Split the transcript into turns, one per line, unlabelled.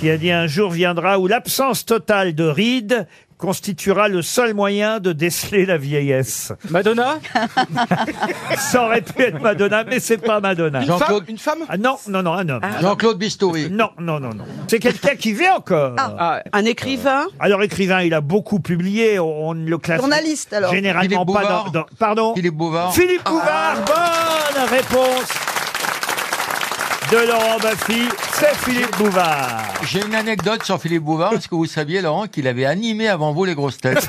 qui a dit un jour viendra où l'absence totale de rides constituera le seul moyen de déceler la vieillesse.
Madonna
Ça aurait pu être Madonna, mais c'est pas Madonna.
Une femme,
une femme ah Non, non, non, un homme.
Jean-Claude Bistouri.
Non, non, non, non. C'est quelqu'un qui vit encore.
Un écrivain
Alors écrivain, il a beaucoup publié, on on ne le classe
Journaliste, alors.
généralement
Philippe
pas
Bouvard.
dans, dans- pardon
Philippe Bouvard.
Philippe Bouvard, bonne réponse de Laurent Baffy, c'est Philippe Bouvard.
J'ai une anecdote sur Philippe Bouvard. Est-ce que vous saviez, Laurent, qu'il avait animé avant vous les grosses têtes